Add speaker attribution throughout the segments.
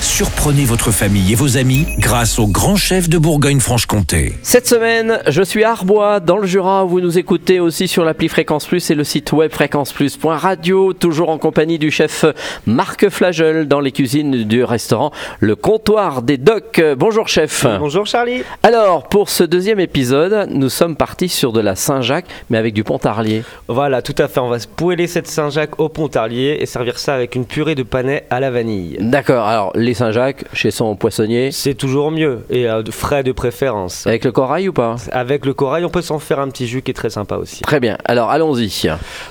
Speaker 1: Surprenez votre famille et vos amis grâce au grand chef de Bourgogne-Franche-Comté.
Speaker 2: Cette semaine, je suis à Arbois, dans le Jura. où Vous nous écoutez aussi sur l'appli Fréquence Plus et le site web fréquenceplus.radio. Toujours en compagnie du chef Marc Flagel dans les cuisines du restaurant Le Comptoir des Docks. Bonjour chef.
Speaker 3: Bonjour Charlie.
Speaker 2: Alors, pour ce deuxième épisode, nous sommes partis sur de la Saint-Jacques, mais avec du pontarlier.
Speaker 3: Voilà, tout à fait. On va se poêler cette Saint-Jacques au pontarlier et servir ça avec une purée de panais à la vanille.
Speaker 2: D'accord, alors les Saint-Jacques, chez son poissonnier,
Speaker 3: C'est toujours mieux et euh, de- frais de préférence.
Speaker 2: avec le corail ou pas
Speaker 3: Avec le corail, on peut s'en faire un petit jus qui est très sympa aussi.
Speaker 2: Très bien, alors allons-y.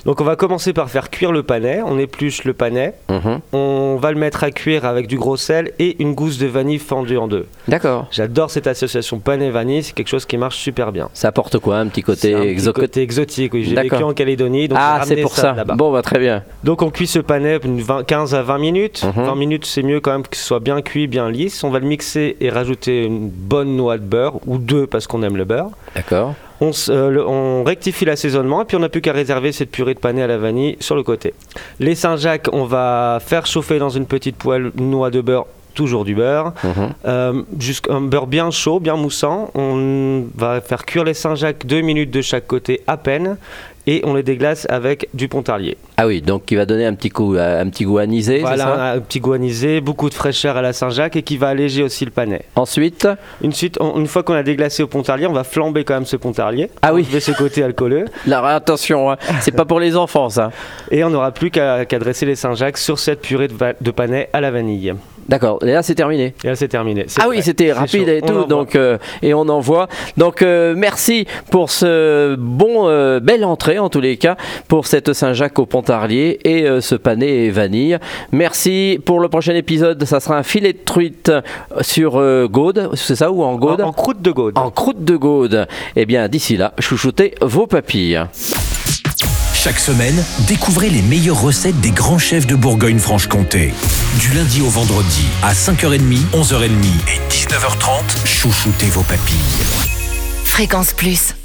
Speaker 3: Donc on va commencer par faire cuire le panais. On épluche le panais.
Speaker 2: Mhm.
Speaker 3: On va le mettre à cuire avec du gros sel et une gousse de vanille fendue en deux.
Speaker 2: D'accord.
Speaker 3: J'adore cette association panais-vanille. C'est quelque chose qui marche super bien.
Speaker 2: Ça apporte quoi Un petit côté
Speaker 3: C'est un petit
Speaker 2: exotique
Speaker 3: côté exotique. oui. J'ai
Speaker 2: D'accord.
Speaker 3: vécu en Calédonie, donc j'ai
Speaker 2: Ah,
Speaker 3: ramené
Speaker 2: c'est pour
Speaker 3: ça,
Speaker 2: ça.
Speaker 3: là-bas.
Speaker 2: Bon, bah très bien.
Speaker 3: Donc on cuit ce panais une 20 15 à 20 minutes.
Speaker 2: Mhm.
Speaker 3: 20 minutes c'est mieux quand même que ce soit bien cuit, bien lisse. On va le mixer et rajouter une bonne noix de beurre ou deux parce qu'on aime le beurre.
Speaker 2: D'accord.
Speaker 3: On, s- euh, le- on rectifie l'assaisonnement et puis on n'a plus qu'à réserver cette purée de panais à la vanille sur le côté. Les Saint-Jacques, on va faire chauffer dans une petite poêle une noix de beurre. Toujours du beurre,
Speaker 2: Mhm.
Speaker 3: Euh, jusqu'- un beurre bien chaud, bien moussant. On va faire cuire les Saint-Jacques deux minutes de chaque côté à peine et on les déglace avec du pontarlier.
Speaker 2: Ah oui, donc qui va donner un petit coup, euh, un petit goût anisé, c'est ça
Speaker 3: Voilà, un petit goût anisé, beaucoup de fraîcheur à la Saint-Jacques et qui va alléger aussi le panais.
Speaker 2: Ensuite,
Speaker 3: Une, suite, on- une fois qu'on a déglacé au pontarlier, on va flamber quand même ce pontarlier.
Speaker 2: Ah oui.
Speaker 3: Enlever ce côté alcooleux.
Speaker 2: là, attention, hein, c'est pas pour les enfants ça.
Speaker 3: Et on n'aura plus qu'à qu'à dresser les Saint-Jacques sur cette purée de, va- de panais à la vanille.
Speaker 2: D'accord, et là c'est terminé.
Speaker 3: Et là, c'est terminé. C'est
Speaker 2: Ah
Speaker 3: prêt.
Speaker 2: oui, c'était
Speaker 3: C'est
Speaker 2: rapide
Speaker 3: chaud.
Speaker 2: et
Speaker 3: On
Speaker 2: tout,
Speaker 3: envoie.
Speaker 2: donc euh, et on envoie. Donc euh, merci pour ce bon, euh, belle entrée en tous les cas pour cette Saint-Jacques au Pontarlier et euh, ce pané et vanille. Merci pour le prochain épisode, ça sera un filet de truite sur euh, Gaude, c'est ça ou en Gaude
Speaker 3: En, en croûte de Gaude.
Speaker 2: en croûte de Gaude. Eh bien, d'ici là, chouchoutez vos papilles.
Speaker 1: Chaque semaine, découvrez les meilleures recettes des grands chefs de Bourgogne-Franche-Comté. Du lundi au vendredi, à 5h30, 11h30 et 19h30, chouchoutez vos papilles.
Speaker 4: Fréquence Plus.